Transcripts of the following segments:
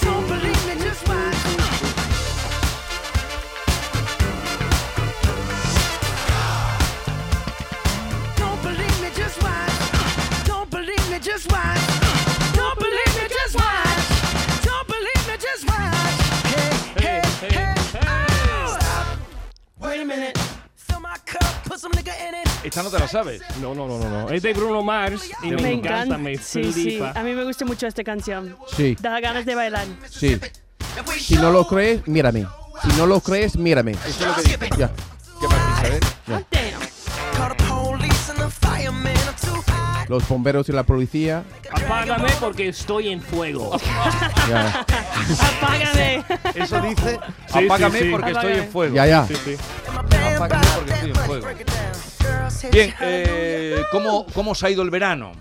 Don't believe me, just watch. Don't believe me, just watch. Don't believe me, just watch. Don't believe me, just watch. Don't believe me, just watch. Hey, hey, hey, oh. Wait a minute. Fill my cup, put some nigga in it. Esta no te la sabes. No, no, no, no, no. Es de Bruno Mars y me, Me encanta, encanta. me sí, sí. flipa. A mí me gusta mucho esta canción. Sí, Da ganas de bailar. sí. Si no lo crees, mírame. Si no lo crees, mírame. Eso es lo que dice. Ya. ¿Qué más dice, eh? Call the police and the firemen. I'm too high. Los bomberos y la policía. Apágame porque estoy en fuego. Ya, Apágame. Eso dice, sí, apágame sí. porque estoy en Apágame. fuego. ya. ya. Sí, sí. My band Apágame bought porque that estoy en much. fuego. Break it down. Girls hit Bien, hallelujah. eh, ¿cómo, ¿cómo os ha ido el verano?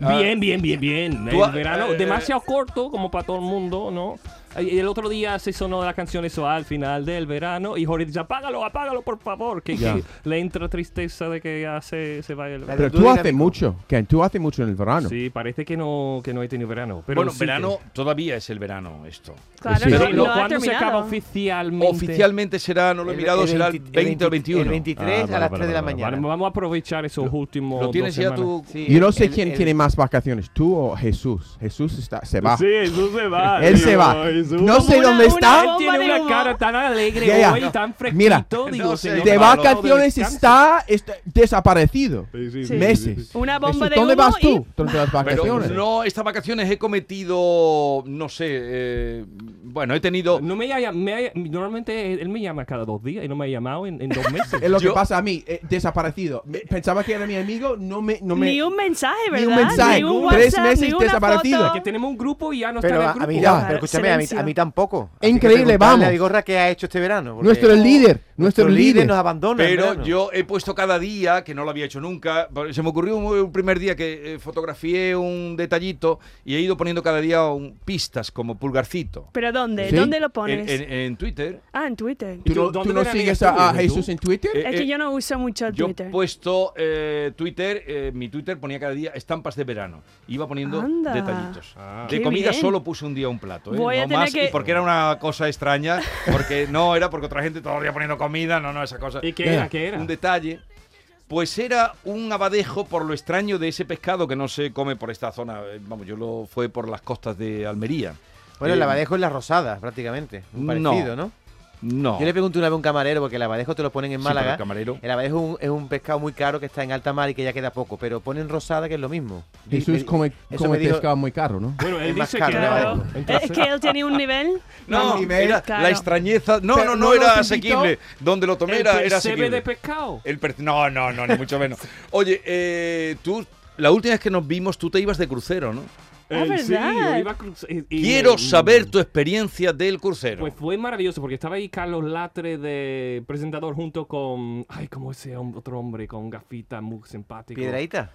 Ah. Bien, bien, bien, bien. Tú El ha- verano eh, demasiado corto como para todo el mundo, ¿no? Y el otro día se sonó la canción eso al final del verano y Jorge dice, apágalo, apágalo, por favor, que, Ya. que le entra tristeza de que ya se, se vaya el verano. Pero tú haces mucho, Ken. Tú haces mucho en el verano. Sí, parece que no, que no he tenido verano. Pero Bueno, sí que- verano todavía es el verano esto. Claro, Sí. no, Pero no lo- ha ¿cuándo se terminado. acaba oficialmente? Oficialmente será, no lo he mirado, será el 20 o el 21. El 23 Ah, a vale, las vale, 3 de la vale, vale. mañana. Vamos a aprovechar esos últimos. ¿Lo Oh, dos tienes ya semanas. tú? Sí, Yo no sé el- quién el- tiene más vacaciones, tú o Jesús. Jesús está, se va. Sí, Jesús se va. Él tío, se va. Jesús. No sé Una- dónde una está. Él bomba tiene de una humo. cara tan alegre Ya, ya. hoy, tan fresquito. Mira, digo, no sé, señor De Manolo, vacaciones descansa. está, está desaparecido. sí, Meses. Una bomba Jesús, de ¿Dónde humo vas tú y- durante las Pero vacaciones? no, estas vacaciones he cometido, no sé, eh, bueno, he tenido... No me haya- me haya- normalmente él me llama cada dos días y no me ha llamado en, en dos Es meses. lo que Yo- pasa a mí, eh, desaparecido. Me- Pensaba que era mi amigo, no me... No me Ni un mensaje, Ni ¿verdad? un mensaje. Tres meses ni una desaparecido. foto. que tenemos un grupo y ya no está Pero ah, en el a, grupo. a mí, no, Claro, pero escúchame, a mí, silencio. a mí tampoco. Así que Increíble, preguntarle vamos. a Vigorra qué ha hecho este verano. porque Nuestro líder, nuestro, líder. nos abandona. en Pero verano. yo he puesto cada día, que no lo había hecho nunca, por- se me ocurrió un, un primer día que eh, fotografié un detallito y he ido poniendo cada día un- pistas como pulgarcito. ¿Pero dónde? Sí. ¿Dónde lo En, pones? en- en Twitter Ah, en Twitter. ¿Tú, ¿Y tú no- dónde tú no eran sigues ellas a, a tuyas, tú? Jesús en Twitter? Eh, es que yo no uso mucho yo he Twitter. puesto eh, Twitter, eh, mi Twitter ponía cada día estampas de verano. Iba poniendo Anda. detallitos. Ah. de Qué comida bien. solo puse un día un plato, ¿eh? Voy a no tener más, que- y porque era una cosa extraña, porque no era porque otra gente todo el día poniendo comida, no, no, esa cosa. ¿Y qué Ya. era? ¿Qué era? un detalle. Pues era un abadejo por lo extraño de ese pescado que no se come por esta zona. Eh, Vamos, yo lo fue por las costas de Almería. Bueno, Eh, el lavadejo es la rosada, prácticamente. Muy no. parecido, ¿no? No. Yo le pregunté una vez a un camarero, porque el lavadejo te lo ponen en Sí, pero Málaga. el camarero. El abadejo es un, es un pescado muy caro que está en alta mar y que ya queda poco, pero ponen rosada que es lo mismo. Di- Jesús me- come, eh, eso come me dijo- pescado muy caro, ¿no? Bueno, él Es más dice que caro, era- Claro. Entonces- Es que él tenía un nivel. No, Nivel. era Claro. la extrañeza. No, Pero no, no, no era nos invitó. asequible. Donde lo tomé era, el era percebe asequible. de pescado. El per- No, no, no, ni mucho menos. Oye, eh, tú, la última vez que nos vimos, tú te ibas de crucero, ¿no? Ah, Eh, sí, ¿verdad? yo iba a cruz- y- y- Quiero y- saber tu experiencia del crucero. Pues fue maravilloso porque estaba ahí Carlos Latre de presentador junto con. Ay, ¿cómo ese hom- otro hombre con gafita muy simpático? Piedraíta.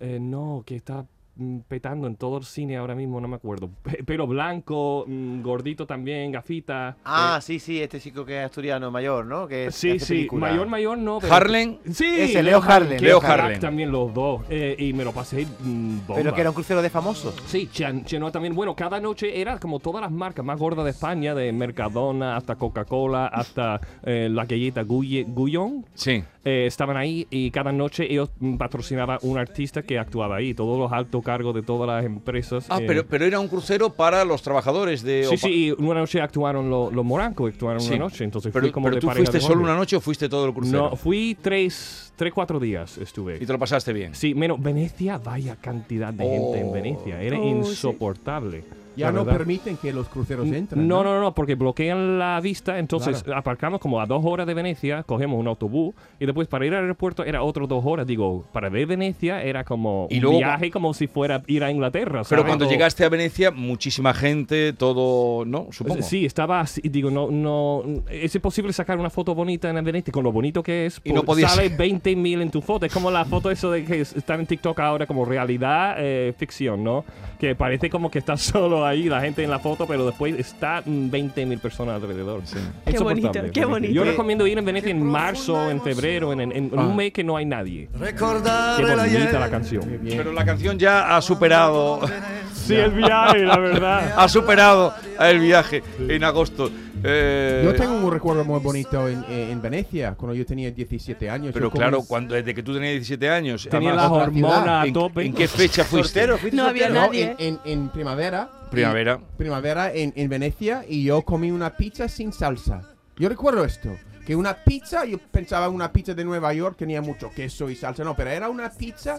Eh, no, que está mm, petando en todo el cine ahora mismo, no me acuerdo. Pe- Pelo blanco, mm, gordito también, gafita. Ah, sí, sí, este chico que es asturiano mayor, ¿no? Que Sí, hace sí, película. mayor, mayor no. pero- Harlem. Sí, Ese, Leo Harlem, que Leo crack Harlem. También los dos. eh, y me lo pasé. mm, bomba. Pero que era un crucero de famosos. Sí, Chan- Chenoa también. Bueno, cada noche era como todas las marcas más gordas de España, de Mercadona hasta Coca-Cola, hasta eh, la galleta Guye- Guyon. Sí. Eh, estaban ahí y cada noche ellos mm, patrocinaban un artista que actuaba ahí. Todos los altos cargos de todas las empresas. Ah, eh, pero, pero era un crucero para los trabajadores de. Sí, Opa- sí, y una noche actuaron lo- los morancos, actuaron Sí. una noche. Entonces Pero, fui como pero de tú pareja fuiste de solo novio. una noche o fuiste todo el crucero. No, fui tres, tres, cuatro días estuve. y te lo pasaste bien. Sí, menos Venecia, vaya cantidad de gente en Venecia. Era Oh, sí. insoportable. Ya la no verdad. permiten que los cruceros entren. No, no, no, porque bloquean la vista, entonces aparcamos como a dos horas de Venecia, cogemos un autobús y después para ir al aeropuerto era otro dos horas, digo, para ver Venecia era como Y un luego- viaje como si fuera ir a Inglaterra. Pero ¿sabes? cuando O- llegaste a Venecia, muchísima gente, todo. ¿No? Supongo. Sí, estaba así, digo, no, no, es imposible sacar una foto bonita en Venecia con lo bonito que es. Y no podías- Sale 20.000 en tu foto, es como la foto eso de que es- están en TikTok ahora como realidad, eh, ficción, ¿no? Que parece como que estás solo solo ahí la gente en la foto, pero después está mm, 20.000 personas alrededor. Es Qué bonito, soportable. qué bonito. Yo Qué- recomiendo ir en Venecia en marzo, en febrero, en, en- en un mes que no hay nadie. Recordar Qué el ayer. bonita la canción. Pero la canción ya ha superado. Sí, el viaje, la verdad. ha superado el viaje en agosto. Eh, Yo tengo un recuerdo muy bonito en, eh, en- en Venecia, cuando yo tenía 17 años. Pero Yo como- claro, cuando desde que tú tenías 17 años. Tenía además, las otra ciudad. hormonas a ¿en, tope. en qué fecha fuiste? Soltero, fuiste No había No, soltero. nadie. en, en- en primavera. Primavera. Y- primavera en, en Venecia y yo comí una pizza sin salsa. Yo recuerdo esto. Que una pizza, yo pensaba una pizza de Nueva York tenía mucho queso y salsa, no, pero era una pizza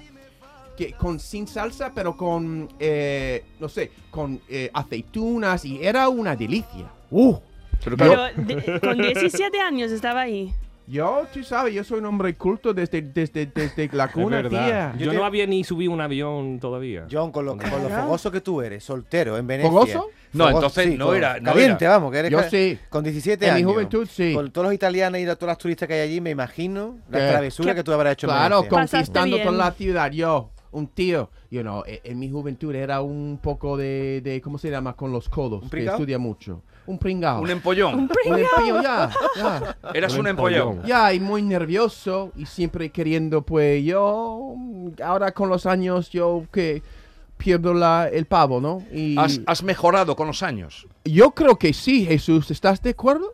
que con sin salsa, pero con, eh, no sé, con eh, aceitunas y era una delicia. ¡Uh! Pero claro, Pero de- con 17 años estaba ahí. Yo, tú sabes, yo soy un hombre culto desde, desde, desde la Es cuna, verdad. tía. Yo Yo no te- había ni subido un avión todavía. John, con lo, con lo fogoso que tú eres, soltero en Venecia. ¿Fogoso? No, entonces no con- era- no caliente, era. vamos, que eres Yo ca- sí. Con 17 En mi años. juventud, sí. Con todos los italianos y la- todas las turistas que hay allí, me imagino la ¿Qué? travesura ¿Qué? que tú habrás hecho en Claro, Venecia. Pasaste conquistando bien. toda la ciudad. Yo, un tío, you know, e- en, mi juventud era un poco de, de- ¿cómo se llama? Con los codos, ¿Un que pringao? estudia mucho. Un pringao. un em- empollón. Un empío, ya, ya. Eras un Un empollón. empollón. Ya, y muy nervioso y siempre queriendo, pues yo, ahora con los años, yo que pierdo la, el pavo, ¿no? Y Has, has mejorado con los años. yo creo que sí, Jesús, ¿estás de acuerdo?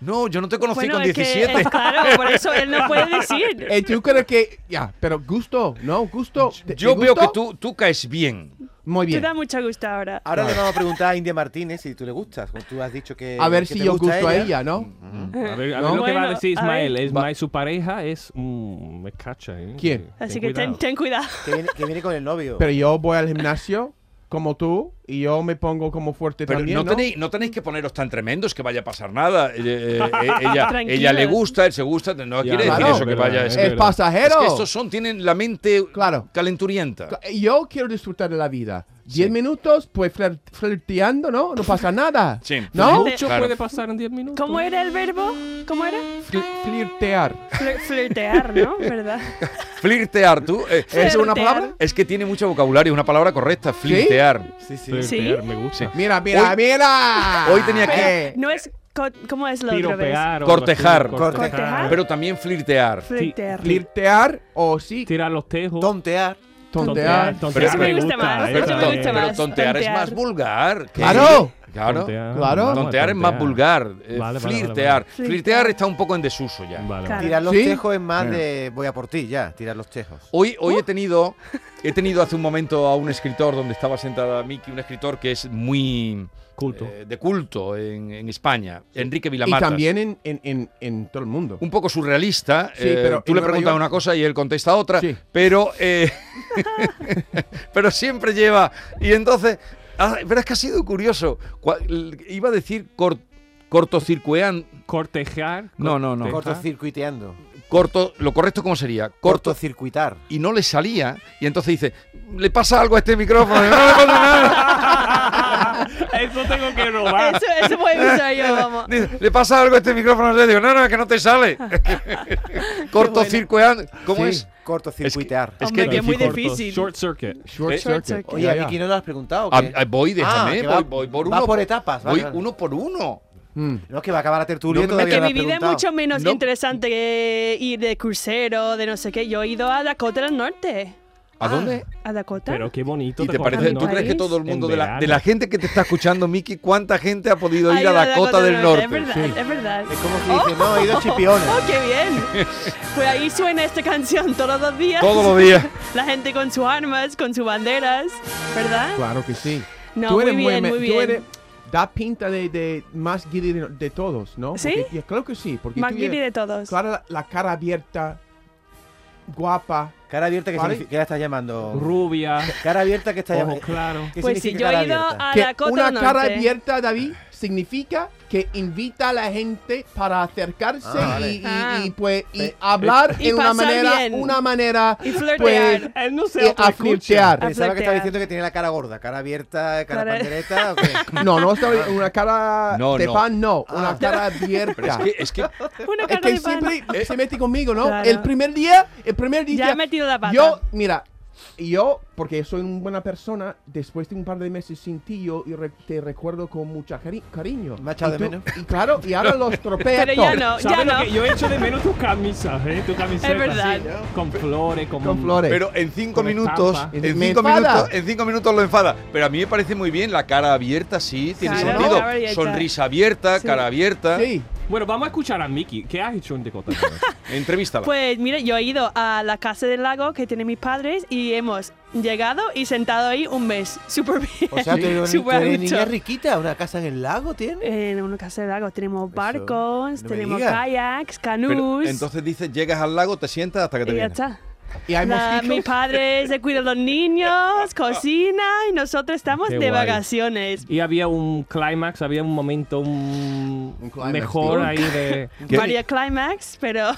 No, yo no te conocí Bueno, con es que, 17. eh, claro, por eso él no puede decir. Eh, ¿Tú crees que, ya, pero gusto, ¿no? Gusto. ¿te- Yo te veo que gustó? tú, tú caes bien. Muy Te bien. da mucho gusto ahora. Ahora le vamos a preguntar a India Martínez si tú le gustas. como Tú has dicho que. A ver Eh, que si te yo gusta gusto a ella, ¿no? A ver, a ver No. lo que va a Bueno, decir a ver. Ismael. Ismael, su pareja es. mm, me cacha, ¿eh? ¿Quién? Así Ten que ten, cuidado. ten cuidado. Que viene, que viene con el novio. Pero yo voy al gimnasio como tú y yo me pongo como fuerte Pero también. no, Tenéis, no tenéis que poneros tan tremendos que vaya a pasar nada. Eh, eh, eh, ella, ella le Tranquilos. gusta, él se gusta. No Ya, quiere decir claro. eso que Es vaya. verdad, Es Es que, verdad. pasajero. es que estos son, tienen la mente Claro. calenturienta. Yo quiero disfrutar de la vida. Diez minutos, pues flir- flirteando, ¿no? No pasa nada. Sí. ¿No? Mucho Claro. puede pasar en 10 minutos. ¿Cómo era el verbo? ¿Cómo era? Fl- flirtear. Flir- flirtear, ¿no? ¿Verdad? Flirtear, tú. eh, ¿Es una Flirtear. palabra? es que tiene mucho vocabulario, una palabra correcta, flirtear. Sí, sí. Flirtear, Sí. me gusta. Mira, mira, Hoy- mira. hoy tenía que- Eh, No es. co- ¿Cómo es la otra vez? Tiropear. o Cortejar. algo así, Cortejar. Pero también flirtear. Flirtear. Flirtear o sí, Tirar los tejos. Tontear. tontear. Pero Eso me gusta más, esa eso me también. gusta pero más, tontear, es tontear. más vulgar. que- Claro. Claro. Tontear, Claro. vamos a Tontear es más vulgar. eh, Vale, vale, vale, flirtear. vale. Flirtear está un poco en desuso ya. Vale, vale. Claro. Tirar los Sí. tejos es más de. Voy a por ti, ya. Tirar los tejos. Hoy, hoy he tenido he tenido hace un momento a un escritor donde estaba sentada Miki, un escritor que es muy Culto. eh, de culto en, en España, Enrique Y Vilamatas. también en, en, en, en todo el mundo. un poco surrealista. Sí, eh, pero tú en le Nueva preguntas York- una cosa y él contesta otra, Sí. pero eh, pero siempre lleva y entonces ah, pero es que ha sido curioso. Cua- l- Iba a decir cor- cortocircuean Cortejar. No, no, no. cortejar. Cortocircuiteando. corto lo correcto cómo sería corto Cortocircuitar. y no le salía y entonces dice le pasa algo a este micrófono no le pasa nada Eso tengo que robar. Eso, eso puede usar yo, vamos. Dice, le pasa algo a este micrófono le digo no no es que no te sale cortocircueando cómo Sí, es Cortocircuitar. Es Hombre, que- que es muy Corto- difícil. Short circuit. Short Eh, circuit. circuit. Oye, Ya, a ya. Vicky no lo has preguntado. ¿o Ah, qué? ah, voy, déjame, Ah, que voy, va- voy por va uno. por etapas. vale, Voy vale. uno por uno. Mm. No, que va a acabar la tertulia No, todavía Que no mi has vida es preguntado. mucho menos No. interesante que ir de crucero, de no sé qué. Yo he ido a Dakota del Norte. Ah, ¿A dónde? ¿A Dakota? Pero qué bonito. ¿Y te parece, no ¿Tú crees que país, todo el mundo, en de la, verano. de la gente que te está escuchando, Miki, cuánta gente ha podido Ha ir a ido Dakota, del Norte? Es verdad, es verdad. Es como si dice, no, he ido a Chipiona. Oh, qué bien. Pues ahí suena esta canción todos los días. Todos los días. La gente con sus armas, con sus banderas, ¿verdad? Claro que sí. No, tú eres muy bien, me- muy Tú bien. eres, da pinta de, de más guiri de, de todos, ¿no? ¿Sí? Porque- y creo que sí. Porque Más tú guiri eres- de todos. Claro, la, la cara abierta, guapa. Cara abierta, que Vale. significa- ¿qué la estás llamando? Rubia. Cara abierta, que está Ojos llamando? claros. ¿Qué Pues sí, significa yo cara he ido abierta? a Que Dakota una del cara Norte. abierta, David, significa que invita a la gente para acercarse Ah, vale. y, y- Ah. y, pues, y Eh, hablar Y en una pasar manera, bien. una manera Y flirtear. pues, Él no se eh, a flirtear. A Pensaba que estaba fletear. diciendo que tenía la cara gorda, cara abierta, cara Cara- pandereta. ¿o qué? No, no estoy una cara No, de no. pan, no, una Ah. cara abierta. Pero es que, es que Una Es cara que de pan. siempre se mete conmigo, ¿no? Claro. El primer día, el primer día. Ya he metido la pata. Yo, mira, Y yo, porque soy una buena persona, después de un par de meses sin ti, yo y re- te recuerdo con mucha cari- cariño. Me ha echado Y de tú- menos. Y claro, y ahora los tropea Pero ya todo. no, ya ¿Sabes lo no. que yo echo de menos tu camisa, eh? Tu camiseta. Es verdad. sí, Con flores, con, Con flores. Pero en cinco Con minutos, estampa. en Me cinco enfada. minutos, en cinco minutos lo enfada. Pero a mí me parece muy bien la cara abierta, sí, tiene Claro, sentido. cara abierta. Sonrisa abierta, Sí. cara abierta. Sí. Bueno, vamos a escuchar a Mickey. ¿Qué has hecho en Dakota? Entrevístala. Pues mira, yo he ido a la casa del lago que tienen mis padres y hemos llegado y sentado ahí un mes. Súper bien. O sea, tú eres, Súper tú eres a gusto. niña riquita, una casa en el lago tiene. En una casa del lago tenemos barcos, no me tenemos digas. kayaks, Pero canús. entonces dices, llegas al lago, te sientas hasta que te y ya vienes. está. Y hay La- mosquitos. mis padres se cuidan los niños, cocina y nosotros estamos Qué de guay. vacaciones. Y había un climax, había un momento un Un clímax, mejor tío. ahí de... ¿Qué? Varia climax, pero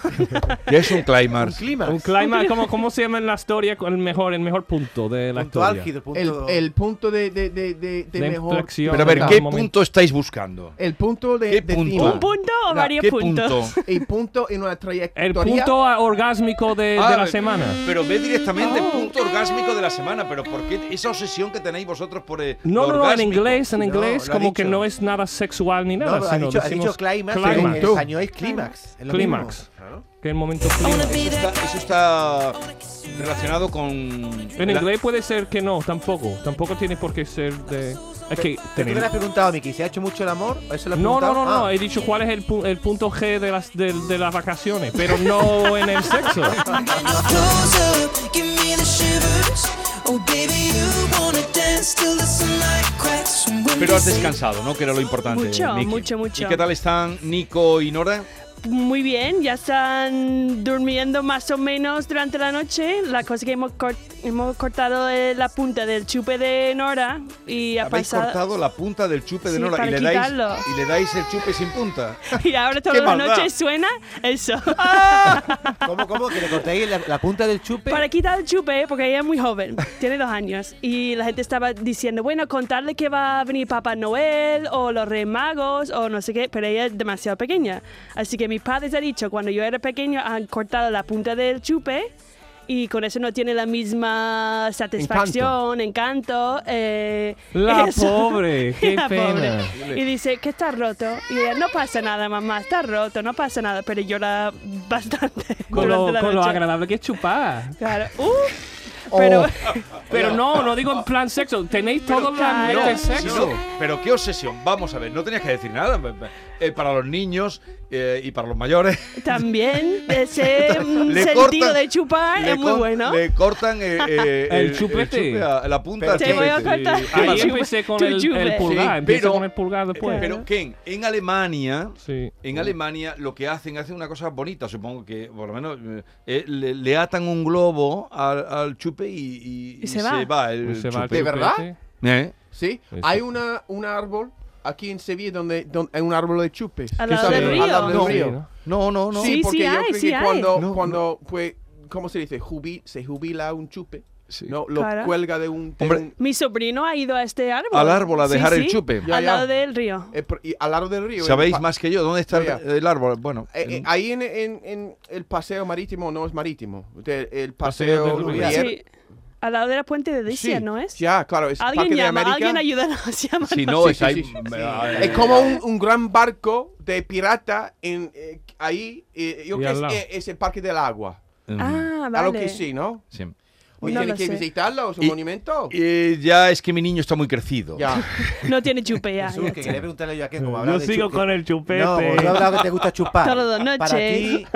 ¿Qué es un Un climax? clima. Un climax, ¿cómo, ¿cómo se llama en la historia? El mejor, el mejor punto de la punto historia. álgido, punto. El, el punto de, de, de, de, de De mejor. inflexión. Pero a ver, Cada ¿qué momento. punto estáis buscando? El punto de. ¿Qué de punto? cima. ¿un punto o La- varios ¿Qué puntos? punto? El punto en una trayectoria. El punto orgásmico Eh, de, Ah, de la mm. semana. Pero ve directamente punto orgásmico de la semana. Pero ¿por qué esa obsesión que tenéis vosotros por eh, el No, no, no, en inglés, en No, inglés, lo ha como que dicho. no es nada sexual ni No, nada. ha sino dicho, ha decimos dicho climax, pero climax, en español es clímax. es lo Clímax. mismo. Claro. que el momento clímax. Eso está, eso está relacionado con... En la- inglés puede ser que no, tampoco. Tampoco tiene por qué ser de... Es que Pero Tú me lo tener... has preguntado, Miki, ¿se ha hecho mucho el amor? ¿O eso lo has No, no, preguntado? no, Ah. no, he dicho cuál es el, pu- el punto G de las, de, de las vacaciones, pero no en el sexo. Close up, give me the shivers. Oh, baby, you wanna dance till the sunlight cracks. And when Pero we has say descansado, ¿no? Que era lo importante. Mucho, Miki. mucho, mucho. ¿Y qué tal están Nico y Nora? Muy bien, ya están durmiendo más o menos durante la noche. La cosa que hemos, cort- hemos cortado eh, la punta del chupe de Nora y ha Habéis pasado. cortado la punta del chupe de Sí, Nora para y le, dais, quitarlo. y le dais el chupe sin punta. Y ahora ¡Qué todas las maldad! Ah. noches suena eso. Ah, ¿Cómo, cómo? ¿Que le cortáis la, la punta del chupe? Para quitar el chupe, porque ella es muy joven, tiene dos años. Y la gente estaba diciendo, bueno, contarle que va a venir Papá Noel o los Reyes Magos o no sé qué, pero ella es demasiado pequeña. Así que mis padres han dicho, cuando yo era pequeño han cortado la punta del chupe y con eso no tiene la misma satisfacción, encanto. eh, La eso. pobre, qué La pena. Y dice que está roto. Y ella, no pasa nada, mamá, está roto, no pasa nada. Pero llora bastante. Con lo, durante la con lo noche. agradable que es chupar. Claro. Uh, pero Pero no, no digo en plan sexo. Tenéis todo el claro. ambiente de Sí, sexo. no, pero qué obsesión. Vamos a ver, no tenías que decir nada. Eh, para los niños eh, y para los mayores. también ese mm, Le sentido cortan- de chupar le es muy con- bueno. Le cortan eh, eh, El chupete. chupe a- la punta del Te voy a chupete. cortar. Sí. Ahí Sí. empecé con Tu el, el chupe. pulgar. Sí, empecé pero- eh, con el pulgar después. Pero, Ken, en Alemania, sí. en Alemania lo que hacen, hacen una cosa bonita, supongo que, por lo menos, eh, eh, le, le atan un globo al, al chupe y, y- Y se va. el Se va el chupe. ¿De verdad? chupete. ¿Eh? Sí. Eso. Hay una, un árbol aquí en Sevilla donde, donde hay un árbol de chupes. Al lado ¿Sabes? del Al lado río. del Sí, río. ¿no? No, no, no. Sí, Sí, porque sí yo hay, creo sí que hay. cuando, No, cuando fue, ¿cómo se dice? Jubi- se jubila un chupe, Sí. ¿no? Lo Claro. cuelga de un... de Hombre. un- Mi sobrino ha ido a este árbol. Al árbol a Sí, dejar el sí, chupe. Ya, al ya. lado del río. eh, por- y al lado del río. el Sabéis pa- más que yo dónde está Ya. el, el árbol. Bueno, eh, eh, en- ahí en, en- en el paseo marítimo no es marítimo. de- el Paseo paseo... del Rubiera. Rubiera. Sí, al lado de la puente de Delicia, Sí, ¿no es? Ya, claro. Es Parque Alguien de llama, América. alguien ayúdanos. Llámanos. si no, sí, es sí, ahí. sí, sí. eh, Es como un, un gran barco de pirata en, eh, ahí. eh, yo Y creo al lado. que es, eh, es el Parque del Agua. Ujú. Ah, vale. Algo que sí, ¿no? Sí. Oye, No tienes lo que sé. visitarlo, es un Y- monumento. Eh, ya es que mi niño está muy crecido. ya. No tiene chupe ya. Jesús, que quería preguntarle yo a Ken cómo Eh, Yo sigo con el chupete. No, vos no has hablado que te gusta chupar. Toda la Para noche. ti,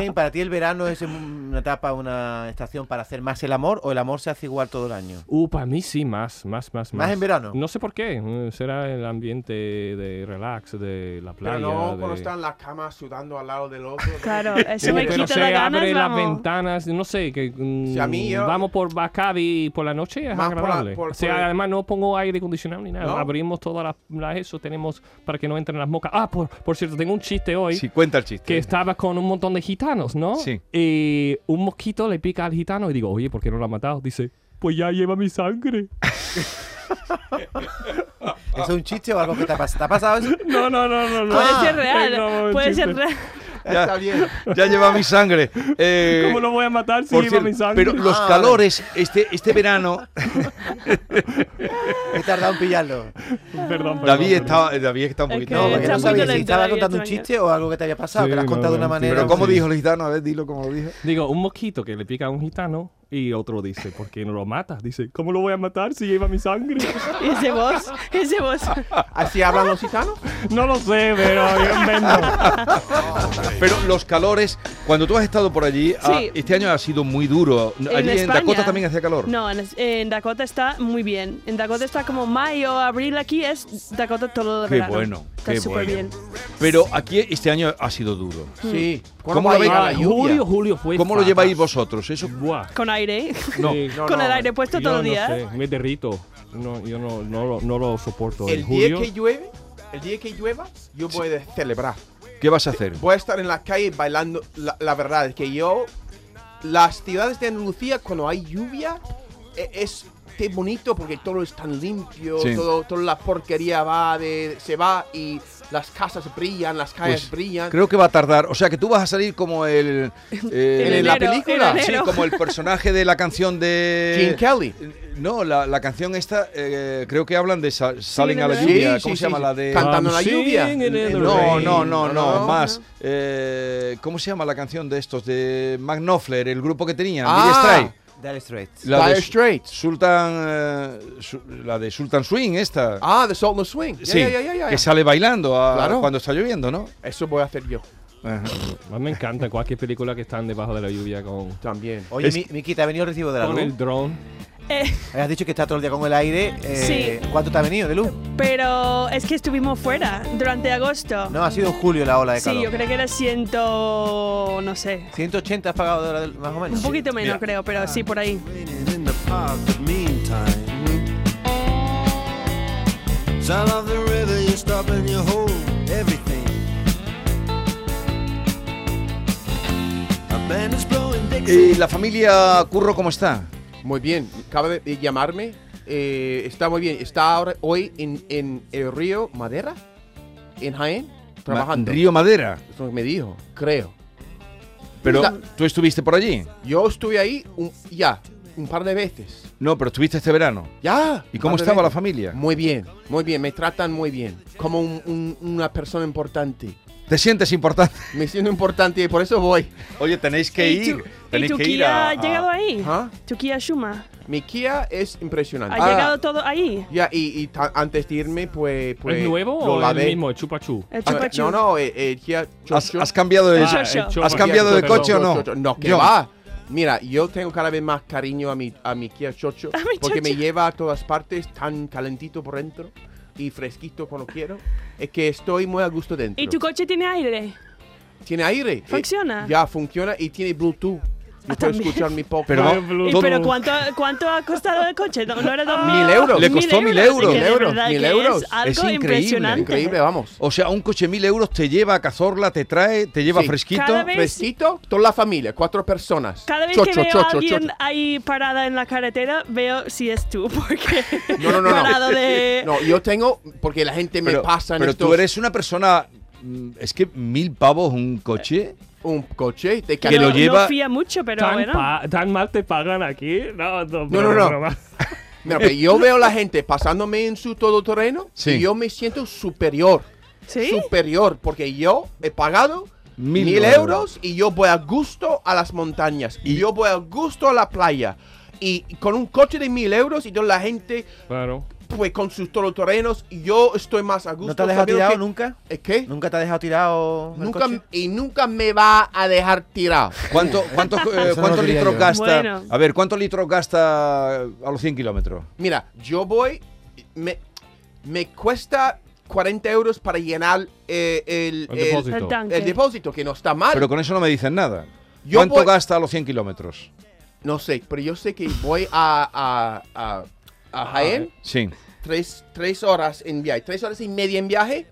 Ken, para ti el verano es una etapa, una estación para hacer más el amor o el amor se hace igual todo el año. Uh, para mí sí, más, más, más, más. Más en verano. No sé por qué. eh, Será el ambiente de relax, de la playa. Pero no de- cuando está en la cama sudando al lado del otro. Claro, Sí, eso me pero quita se las ganas, abre las vamos. ventanas, no sé, que mm, Si a mí yo- vamos por Bacardi por la noche es Más por la- agradable. por- o sea, por el- además no pongo aire acondicionado ni nada. ¿No? Abrimos todas las las eso tenemos para que no entren las mocas. Ah, por, por cierto, tengo un chiste hoy Sí, cuenta el chiste. que estaba con un montón de gitanos, ¿no? Sí. Y un mosquito le pica al gitano y digo, "Oye, ¿por qué no lo ha matado?" Dice, "Pues ya lleva mi sangre." ¿Eso es un chiste o algo que te ha pasado? ¿Te ha pasado eso? No, no, no, no, no. Puede ser Eh, real. no, un puede ser chiste. real. ya, Está bien. ya lleva mi sangre. Eh, ¿Cómo lo voy a matar si por lleva cierto, mi sangre? Pero los Ah, vale. calores, este, este verano, He tardado en pillarlo. Perdón, perdón, David perdón. está, David está un Es poquito. que No, porque está no muy sabía si violento, estaba David, contando un extraño. chiste o algo que te había pasado, Sí, que lo has no, contado de no, una sí. manera. Pero ¿cómo sí. dijo el gitano? A ver, dilo como lo dijo. Digo, un mosquito que le pica a un gitano y otro dice, ¿por qué no lo mata? Dice, ¿cómo lo voy a matar si lleva mi sangre? Y ese voz, ese voz. ¿Así hablan los gitanos? no lo sé, pero yo invento. Pero los calores, cuando tú has estado por allí, ah, Sí. este año ha sido muy duro. Allí en, España- Dakota también hacía calor. No, en, en Dakota está muy bien. En Dakota está como mayo, abril, aquí es Dakota todo el Qué verano. bueno, Está qué súper bueno. bien. Pero aquí este año ha sido duro. Mm. Sí. ¿Cómo lo veis? va a llegar la lluvia? julio, julio fue ¿Cómo lo fatal. lleváis vosotros? Eso Buah. Con aire, no. Sí. No, con no, el aire puesto Yo todo no el día. sé, me derrito. No, yo no, no, lo, no lo soporto. El en día julio, que llueve, el día que llueva, yo voy a celebrar. ¿Qué vas a hacer? Voy a estar en la calle bailando. La, la verdad es que yo. Las ciudades de Andalucía, cuando hay lluvia, e- es qué bonito porque todo es tan limpio, Sí. todo, toda la porquería va de, se va y las casas brillan, las calles Pues, brillan. Creo que va a tardar. O sea, que tú vas a salir como el. eh, En ¿En la enero, película? en Sí, enero. como el personaje de la canción de. Gene Kelly. No, la, la canción esta, eh, creo que hablan de sa- Salen de a la la- lluvia. Sí, ¿Cómo sí, se llama sí, la sí. de.? Canta- Cantando la I'm lluvia. singing in the No, rain. no, no, no, No. más. Eh, ¿Cómo se llama la canción de estos? De Mac Knopfler, el grupo que tenían. Ah. Dire Straits. Dire Straits. La de Dire Straits. Sultan. eh, su- la de Sultan Swing, esta. Ah, The Salt and the Swing. Ya, sí, ya, ya, ya, ya. que sale bailando a- Claro. cuando está lloviendo, ¿no? Eso voy a hacer yo Ajá. Más me encanta cualquier película que están debajo de la lluvia con, también. Oye, Es- Mi- Miki, ¿te ha venido el recibo de la con el luz? drone. Eh, Has dicho que está todo el día con el aire. eh, ¿Cuánto te ha venido de luz? pero es que estuvimos fuera durante agosto. No, ha sido en julio la ola de calor. sí, yo creo que era ciento, no sé, 180 has pagado de hora del- más o menos. un poquito menos Mira. creo, pero sí por ahí. Waiting in the park, but meantime. Sound of the river, you stop and you hold everything. A band is blowing Dixie. ¿Y la familia Curro cómo está? Muy bien, acaba de llamarme. eh, está muy bien. Está ahora, hoy en, en el río Madera, en Jaén, trabajando. Ma- Río Madera. Eso me dijo, creo. Pero Está- tú estuviste por allí. Yo estuve ahí un- ya un par de veces. No, pero estuviste este verano. Ya. ¿Y un cómo par de estaba la veces. familia? Muy bien, muy bien. Me tratan muy bien. Como un- un- una persona importante. ¿Te sientes importante? Me siento importante y por eso voy. Oye, tenéis que ¿Y ir. tu- ¿Y Tenéis tu que ir Kia a, ha a- llegado ahí? ¿Ah? ¿Tu Kia Shuma? Mi Kia es impresionante. ¿Ha Ah. llegado todo ahí? Ya, y, y ta- antes de irme, pues. pues ¿Es nuevo lo o lavé. el mismo, el chupachú? El Ah, Chupa Chups. No, no, eh, eh, Kia ¿Has, Chocho. has cambiado de, Ah, has yo. chupa- cambiado de perdón. coche o no? Chocho, No, que John. va. Mira, yo tengo cada vez más cariño a mi, a mi Kia Chocho A mi porque me Chocho. lleva a todas partes tan calentito por dentro y fresquito cuando quiero. Es que estoy muy a gusto dentro. ¿Y tu coche tiene aire? ¿Tiene aire? eh, ¿Funciona? Ah, ya, funciona y tiene Bluetooth. Yo puedo también. escuchar mi podcast. Pero Ay, va- Bluetooth. ¿Y todo- pero cuánto, cuánto ha costado el coche? ¿No, no era dos Mil euros. Le costó mil euros. Es que de Mil euros, verdad mil que euros. Es algo Es increíble, impresionante. Increíble, vamos. O sea, un coche mil euros te lleva a Cazorla, te trae, te lleva Sí. fresquito. Cada vez- Fresquito, toda la familia, cuatro personas. Cada vez que Chocho, veo chocho, a alguien chocho. ahí parada en la carretera, veo si es tú, porque No, no, no, no. parado de... No, yo tengo, porque la gente me Pero, pasa en pero tú estos- eres una persona. mm, Es que mil pavos un coche. un coche de Que lo no, lleva- no fía mucho, pero ¿Tan, bueno. pa- tan mal te pagan aquí? No, no, No, no, no. Mira, pero yo veo la gente pasándome en su todoterreno Sí. y yo me siento superior. ¿Sí? Superior, porque yo he pagado Mil mil, euros. euros. y yo voy a gusto a las montañas y yo voy a gusto a la playa. Y y con un coche de mil euros y toda la gente, Claro. pues con sus todoterrenos, y yo estoy más a gusto. ¿No te has dejado sabiendo tirado que- nunca? ¿Es qué? ¿Nunca te has dejado tirado? en el ¿Eh? Nunca, coche? y nunca me va a dejar tirado. ¿Cuánto, cuánto, eh, no lo cuántos diría litros yo. gasta? Bueno. A ver, ¿cuántos litros gasta a los 100 kilómetros? Mira, yo voy, me, me cuesta 40 euros para llenar eh, el, El depósito. El el tanque. depósito, que no está mal. Pero con eso no me dicen nada. Yo ¿Cuánto voy- gasta a los 100 kilómetros? No sé, pero yo sé que voy a, a, a, a Jaén Sí. tres, tres horas en viaje, tres horas y media en viaje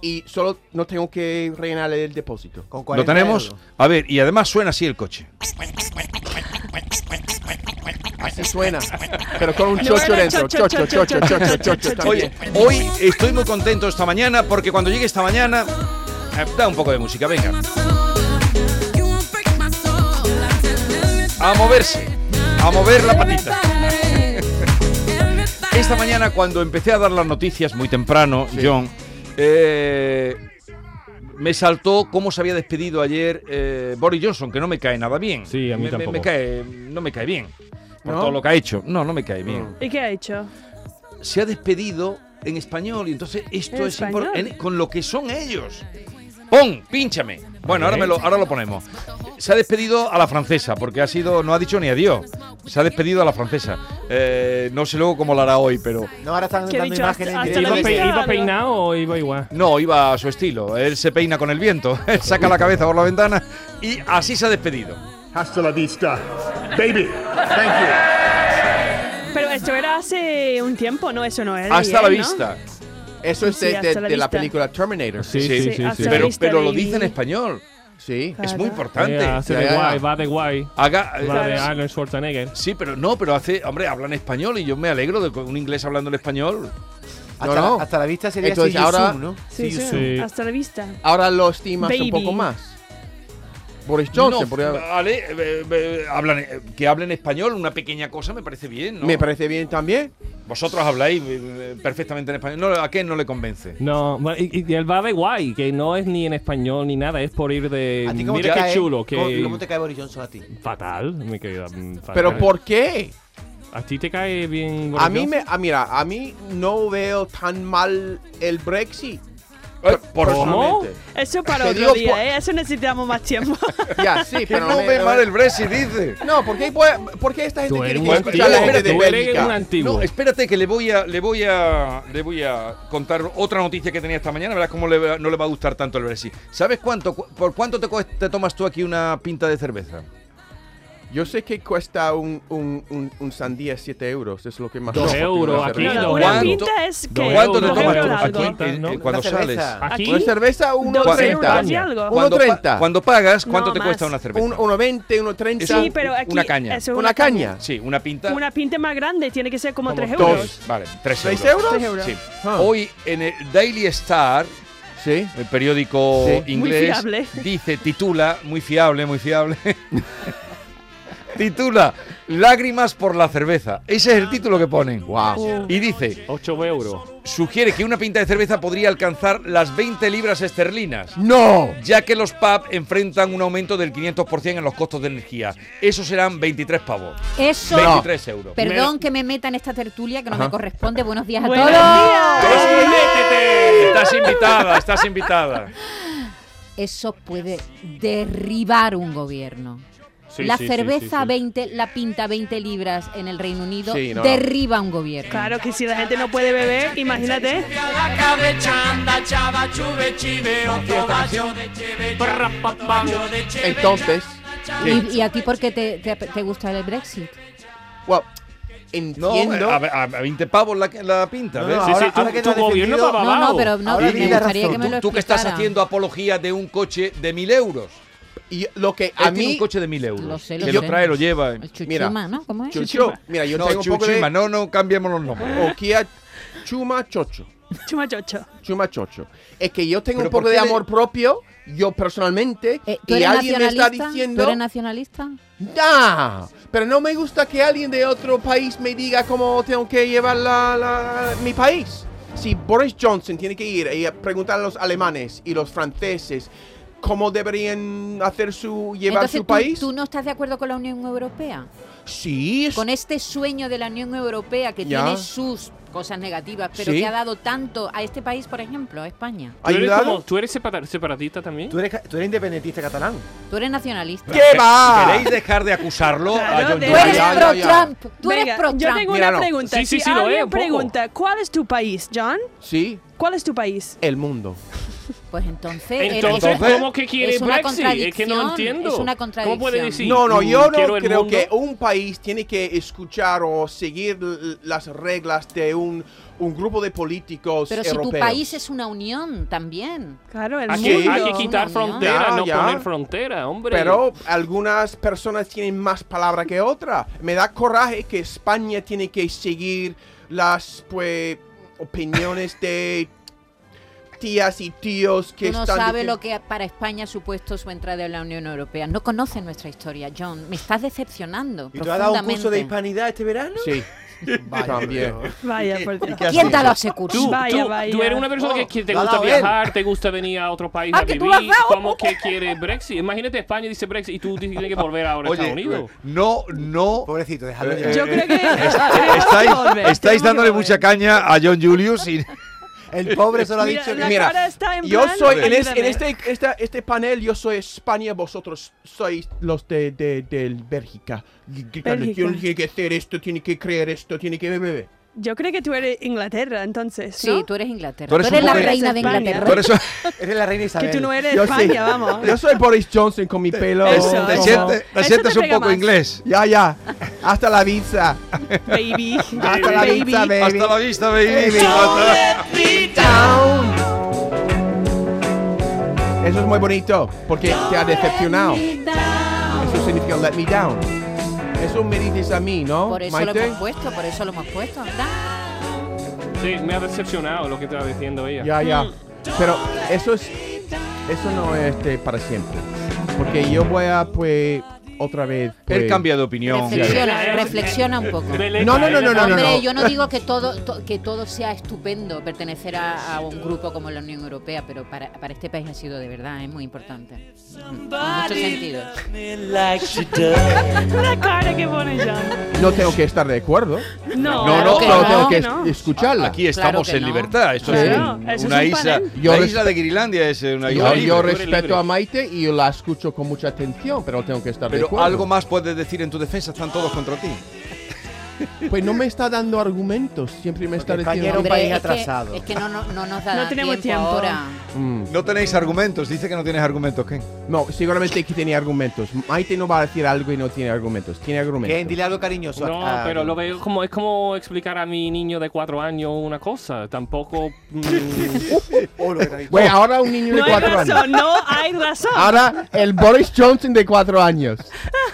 y solo no tengo que rellenar el depósito. Con 40 ¿Lo tenemos? euros. A ver, y además suena así el coche. Así suena, pero con un Yo chocho era dentro. chocho, Chocho, chocho, chocho, chocho, chocho, chocho, chocho, Oye, también. hoy estoy muy contento esta mañana porque cuando llegue esta mañana, eh, da un poco de música, venga. Summer a moverse, a mover la patita. Esta mañana cuando empecé a dar las noticias muy temprano, John, eh, me saltó cómo se había despedido ayer eh, Boris Johnson, que no me cae nada bien. Sí, a mí Me- me- me tampoco. cae- no me cae bien. Por ¿No? todo lo que ha hecho. No, no me Mm. cae bien. ¿Y qué ha hecho? Se ha despedido en español y entonces esto ¿En es impor- español? en- con lo que son ellos. Pon, pínchame. Bueno, ahora, me lo, ahora lo ponemos. Se ha despedido a la francesa, porque ha sido, no ha dicho ni adiós. Se ha despedido a la francesa. Eh, no sé luego cómo lo hará hoy, pero No, ahora están ¿Qué he dando dicho? imágenes en Hasta- directo. ¿Iba, la de- pe- vista. iba peinado o iba igual? No, iba a su estilo. Él se peina con el viento, él saca la cabeza por la ventana y así se ha despedido. Hasta la vista, baby. Thank you. Pero esto era hace un tiempo, ¿no? Eso no era. de Hasta la ayer, ¿no? vista. Eso es Sí, de, de- hasta la de la vista. película Terminator. Sí, Sí, sí, sí. sí, sí, hasta la Pero, vista pero lo de- dice en español. Sí. Es muy importante. Eh, hace de Ya, ya. guay, va de guay. Haga- Va de eh, Arnold Schwarzenegger. sí, pero no, pero hace. Hombre, hablan español y yo me alegro de que un inglés hablando en No, español. Hasta, la- no. hasta la vista sería Entonces, See You ahora- Soon, ¿no? Sí, sí, Sí. Hasta la vista. Ahora lo estimas un Baby. poco más. Boris Johnson. No, podría- vale, eh, eh, hablan, eh, que hablen español, una pequeña cosa me parece bien, ¿no? Me parece bien también. Vosotros habláis eh, perfectamente en español. No, ¿A qué no le convence? No, bueno, y, y el va de guay, que no es ni en español ni nada, es por ir de. ¿A ti cómo Mira te qué cae? chulo, ¿Cómo, que. cómo te cae Boris Johnson a ti? Fatal, mi querida. mm, fatal. Pero ¿por qué? ¿A ti te cae bien A mí Boris me, ah, mira, a mí no veo tan mal el Brexit. Eh, por ¿Cómo? personalmente. Oh, Eso para Te otro digo día, por- ¿eh? Eso necesitamos más tiempo. Ya, sí, Que pero no me- eh, ve mal el Brexit, dice. No, ¿por qué, voy- por qué esta gente Tú eres quiere un que escuche a la antiguo, gente de tú eres un Bélgica? antiguo. No, espérate que le voy a le voy a le voy a contar otra noticia que tenía esta mañana, verás cómo le va- no le va a gustar tanto el Brexit. ¿Sabes cuánto cu- por cuánto te, cuest- te tomas tú aquí una pinta de cerveza? Yo sé que cuesta un, un, un, un sandía 7 euros, es lo que más... Dos No, euros una aquí, No, cerveza. no, dos una euros. pinta es que. ¿Cuánto te dos tomas euros tú aquí algo. en- ¿no? en- eh, cuando Una sales? cerveza. Aquí. Una cerveza, Dos euros y 1,30. algo. Cuando, pa- 1,30. cuando pagas, No, ¿cuánto te más. cuesta una cerveza? 1,20, 1,30. Eso- Sí, pero aquí. una caña. eso es Una caña. sí, una pinta. Una pinta más grande tiene que ser como, Como 3 dos. euros. Vale, tres euros. ¿Seis euros? Seis euros. Sí. Ah. Hoy en el Daily Star, Sí. el periódico Sí. Muy inglés, fiable. dice, titula, muy fiable, muy fiable, titula Lágrimas por la cerveza. Ese es el título que ponen. Wow. Y dice, 8 euros. sugiere que una pinta de cerveza podría alcanzar las 20 libras esterlinas. ¡No! Ya que los pubs enfrentan un aumento del 500% en los costos de energía. Eso serán 23 pavos. Eso. 23 euros. Perdón que me meta en esta tertulia que no me corresponde. Buenos días a Buenos todos. días. Estás invitada, estás invitada. Eso puede derribar un gobierno. Sí, la sí, sí, cerveza sí, sí. 20, la pinta 20 libras en el Reino Unido Sí, no, no. derriba un gobierno. Claro que si la gente no puede beber, imagínate. Entonces, ¿Y, y a ti por qué te, te- te gusta el Brexit? well, No, entiendo... a, a- a 20 pavos la, la pinta, ¿ves? No, Sí, ahora- sí, tú- ahora que tu te ha gobierno defendido- va No, abajo. no, pero no, Ahora me tiene gustaría razón. que me lo Tú que estás explicara. haciendo apología de un coche de 1000 euros. Y lo que Él a este tiene mí... un coche de 1000 euros. Lo sé, lo que lo sé. trae, lo lleva. El chuchuma, Mira. ¿no? ¿Cómo es? Chucho, mira, yo no, tengo un poco de... chuchima, no, no cambiemos los nombres. O Kia Chuma Chocho. Chumachocho. Chuma Chocho. Es que yo tengo Pero un poco ¿por de qué le- amor propio, yo personalmente, Eh, ¿Tú y eres alguien me está nacionalista? ¿Tú diciendo, eres nacionalista? ¡Nah! Pero no me gusta que alguien de otro país me diga cómo tengo que llevar la, la- mi país. Si Boris Johnson tiene que ir y preguntar a los alemanes y los franceses cómo deberían hacer su llevar Entonces, su ¿tú- país. ¿tú no estás de acuerdo con la Unión Europea? Sí, es- con este sueño de la Unión Europea que Ya. tiene sus cosas negativas, pero Sí. que ha dado tanto a este país, por ejemplo, a España. ¿Tú eres, ayudado. como- ¿Tú eres separa- separatista también? ¿Tú eres, ca- tú eres independentista catalán. Tú eres nacionalista. ¿Qué va? ¿Queréis dejar de acusarlo a Claro, John de- Tú Ya, eres ya, ya, ya. pro-Trump. Tú Venga, eres yo tengo pro-Trump. una Míralo. pregunta. Sí, sí, si sí, lo es, alguien un poco. pregunta, ¿cuál es tu país, John? Sí, ¿Cuál es tu país? el mundo. Pues entonces, eres- Entonces, Entonces, ¿cómo que quiere es una Brexit? Es que no contradicción, entiendo. es una ¿Cómo puede contradicción. decir? no, no, mm, yo quiero no el creo mundo? que un país tiene que escuchar o seguir l- las reglas de un, un grupo de políticos pero si europeos. tu país es una unión también. Claro, el Hay que, mundo. hay que quitar No, no. fronteras, Ya, no ya. poner fronteras, hombre. Pero algunas personas tienen más palabra que otra. Me da coraje que España tiene que seguir las pues opiniones de tías y tíos que Tú no están sabes diciendo- lo que para España ha supuesto su entrada en la Unión Europea. No conoces nuestra historia, John. Me estás decepcionando. ¿Y tú has dado un profundamente. curso de hispanidad este verano? Sí. También. Vaya, por Dios. ¿Quién te ha dado ese curso? Tú, Vaya, tú, vaya. tú eres una persona que, que te lo ha gusta dado él. viajar, te gusta venir a otro país Ah, a que vivir. tú lo has dado. ¿Cómo que quiere Brexit? Imagínate, España dice Brexit y tú tienes que volver ahora a Estados Unidos. no, no. Pobrecito, déjalo Eh, ya. Yo creo que. tenemos Estáis, que volver, tenemos estáis que dándole volver. mucha caña a John Julius y El pobre solo ha Mira, dicho que. la Mira, cara está en Yo plan, soy, en, es- en ayúdame. este, esta- este panel, yo soy España, vosotros sois los de, de, del Bélgica. Bélgica. Tiene que hacer esto, tiene que creer esto, tiene que beber. Yo creo que tú eres Inglaterra, entonces. Sí, ¿no? tú eres Inglaterra. Tú Tú eres eres, un la poco- reina de España. Inglaterra. por eso Eres la reina Que Isabel. tú no eres España, vamos. Yo soy Boris Johnson con mi pelo. Eso, como- te eso. sientes, te Oh, Eso sientes te un pega poco más. inglés. Ya, ya. Hasta la visa. Baby. Hasta la baby. visa, baby. Hasta la vista, baby. Baby. Hasta la- Eso es muy bonito, porque te ha decepcionado. Eso significa let me down. Eso me dices a mí, ¿no? Por eso lo Maite? hemos puesto, por eso lo hemos puesto. Anda. Sí, me ha decepcionado lo que estaba diciendo ella. eh. Ya, ya. Pero eso es. Eso no es este, para siempre. Porque yo voy a, pues, otra vez. pues- Él cambia de opinión. Reflexiona, Sí. reflexiona un poco. Vele, No, no, no, no, no, no. Hombre, yo no digo que todo to- que todo sea estupendo pertenecer a, a un grupo como la Unión Europea, pero para, para este país ha sido de verdad, es muy importante. En muchos sentidos. La cara que pone John. No tengo que estar de acuerdo. No, No, claro no, que Solo tengo no, que es- no. escucharla. Aquí estamos que en no. libertad. Esto Claro, es eso es una un isla. panel. Yo la res- isla de Grilandia es una isla Yo, libre, yo tú eres libre. respeto a Maite y yo la escucho con mucha atención, pero tengo que estar de Pero acuerdo. algo más puedes decir en tu defensa, están todos contra ti. Pues no me está dando argumentos, siempre me está Porque España diciendo. era un país es que- atrasado. es que no, no, no nos da No tenemos tiempo. ahora. Mm. No tenéis argumentos, dice que no tienes argumentos, Ken. No, seguramente que tiene argumentos. Maite no va a decir algo y no tiene argumentos. Tiene Ken, argumentos. dile algo cariñoso. No, ah, a- a- pero lo veo como es como explicar a mi niño de cuatro años una cosa. Tampoco. mm, Oh, lo que te ha dicho. Bueno, ahora un niño de No hay cuatro años. razón, no hay razón. Ahora el Boris Johnson de cuatro años.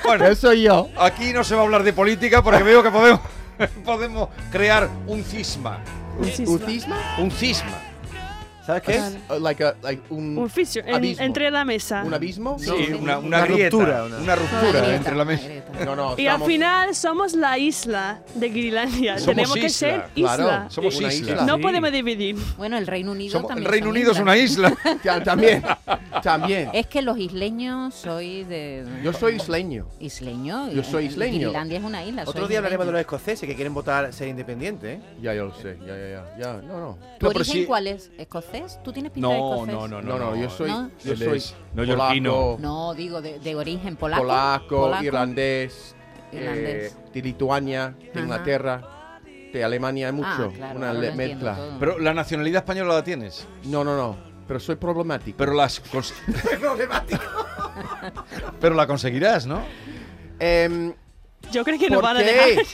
Bueno, Eso soy yo. aquí no se va a hablar de política porque veo que podemos, podemos crear un cisma. Un ¿Un cisma. cisma? Un cisma. ¿Sabes qué es? Uh, Like a- like un, Un fisio en- abismo. entre la mesa. ¿Un abismo? Sí, sí. una, una, Una grieta, ruptura, una- Una Una ruptura grieta, entre la una mesa. grieta. No, no, Y al estamos- final somos la isla de Grilandia. Somos Tenemos isla, que ser claro, isla. Somos Una isla. isla. No Sí. podemos dividir. Bueno, el Reino Unido Somos- el también. Reino Unido es una isla. Ta- También, también. Es que los isleños soy de Yo soy isleño. isleño. Yo soy y- y isleño. Finlandia es una isla. Otro soy día hablaremos de los isleño. escoceses que quieren votar ser independientes. ¿eh? Ya, yo lo sé. Ya, ya, ya. ya. No, no. ¿Tu No, pero origen sí- cuál es? ¿Escocés? ¿Tú tienes pinta de No, escocés? no, no, No, no, yo soy. No. Yo Él soy. es neoyorquino. No, digo de, de origen polaco. polaco, irlandés, eh, Irlandés. Ah, de Lituania, de Ajá. Inglaterra, de Alemania, hay mucho. Ah, claro, una ahora le- lo entiendo mezcla. todo. Pero la nacionalidad española la tienes. No, no, no. Pero soy problemático. Pero las cons- Pero la conseguirás, ¿no? Em, Yo creo que nos ¿Por van a qué? dejar.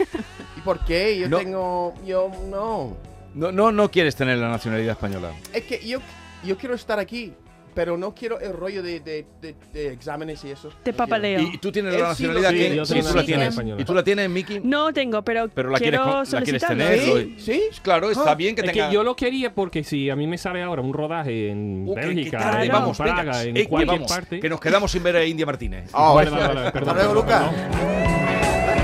¿Y por qué? Yo No. tengo. Yo no. No, no, no quieres tener la nacionalidad española. Es que yo, yo quiero estar aquí, pero no quiero el rollo de, de- de- de exámenes y eso. No Te quiero. papaleo. Y tú tienes Él la sí nacionalidad lo que- tiene. Yo sí, tengo tú la la tienes. española. ¿Y tú la tienes, Miki? No tengo, pero, Pero la quieres, quiero con- la quieres solicitarlo. ¿Sí? tener. ¿Sí? Claro, está Ah, bien que es tenga. que yo lo quería porque si a mí me sale ahora un rodaje en Uh, que- que Bélgica, tarde, en vamos, venga. Praga, en Eh, que cualquier vamos, parte. Que nos quedamos sin ver a India Martínez. Ah, Vale, eso- vale, vale, perdón, Hasta luego, perdón, Lucas. perdón.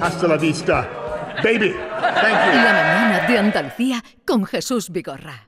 Hasta la vista, baby. Thank you. La mañana de Andalucía con Jesús Vigorra.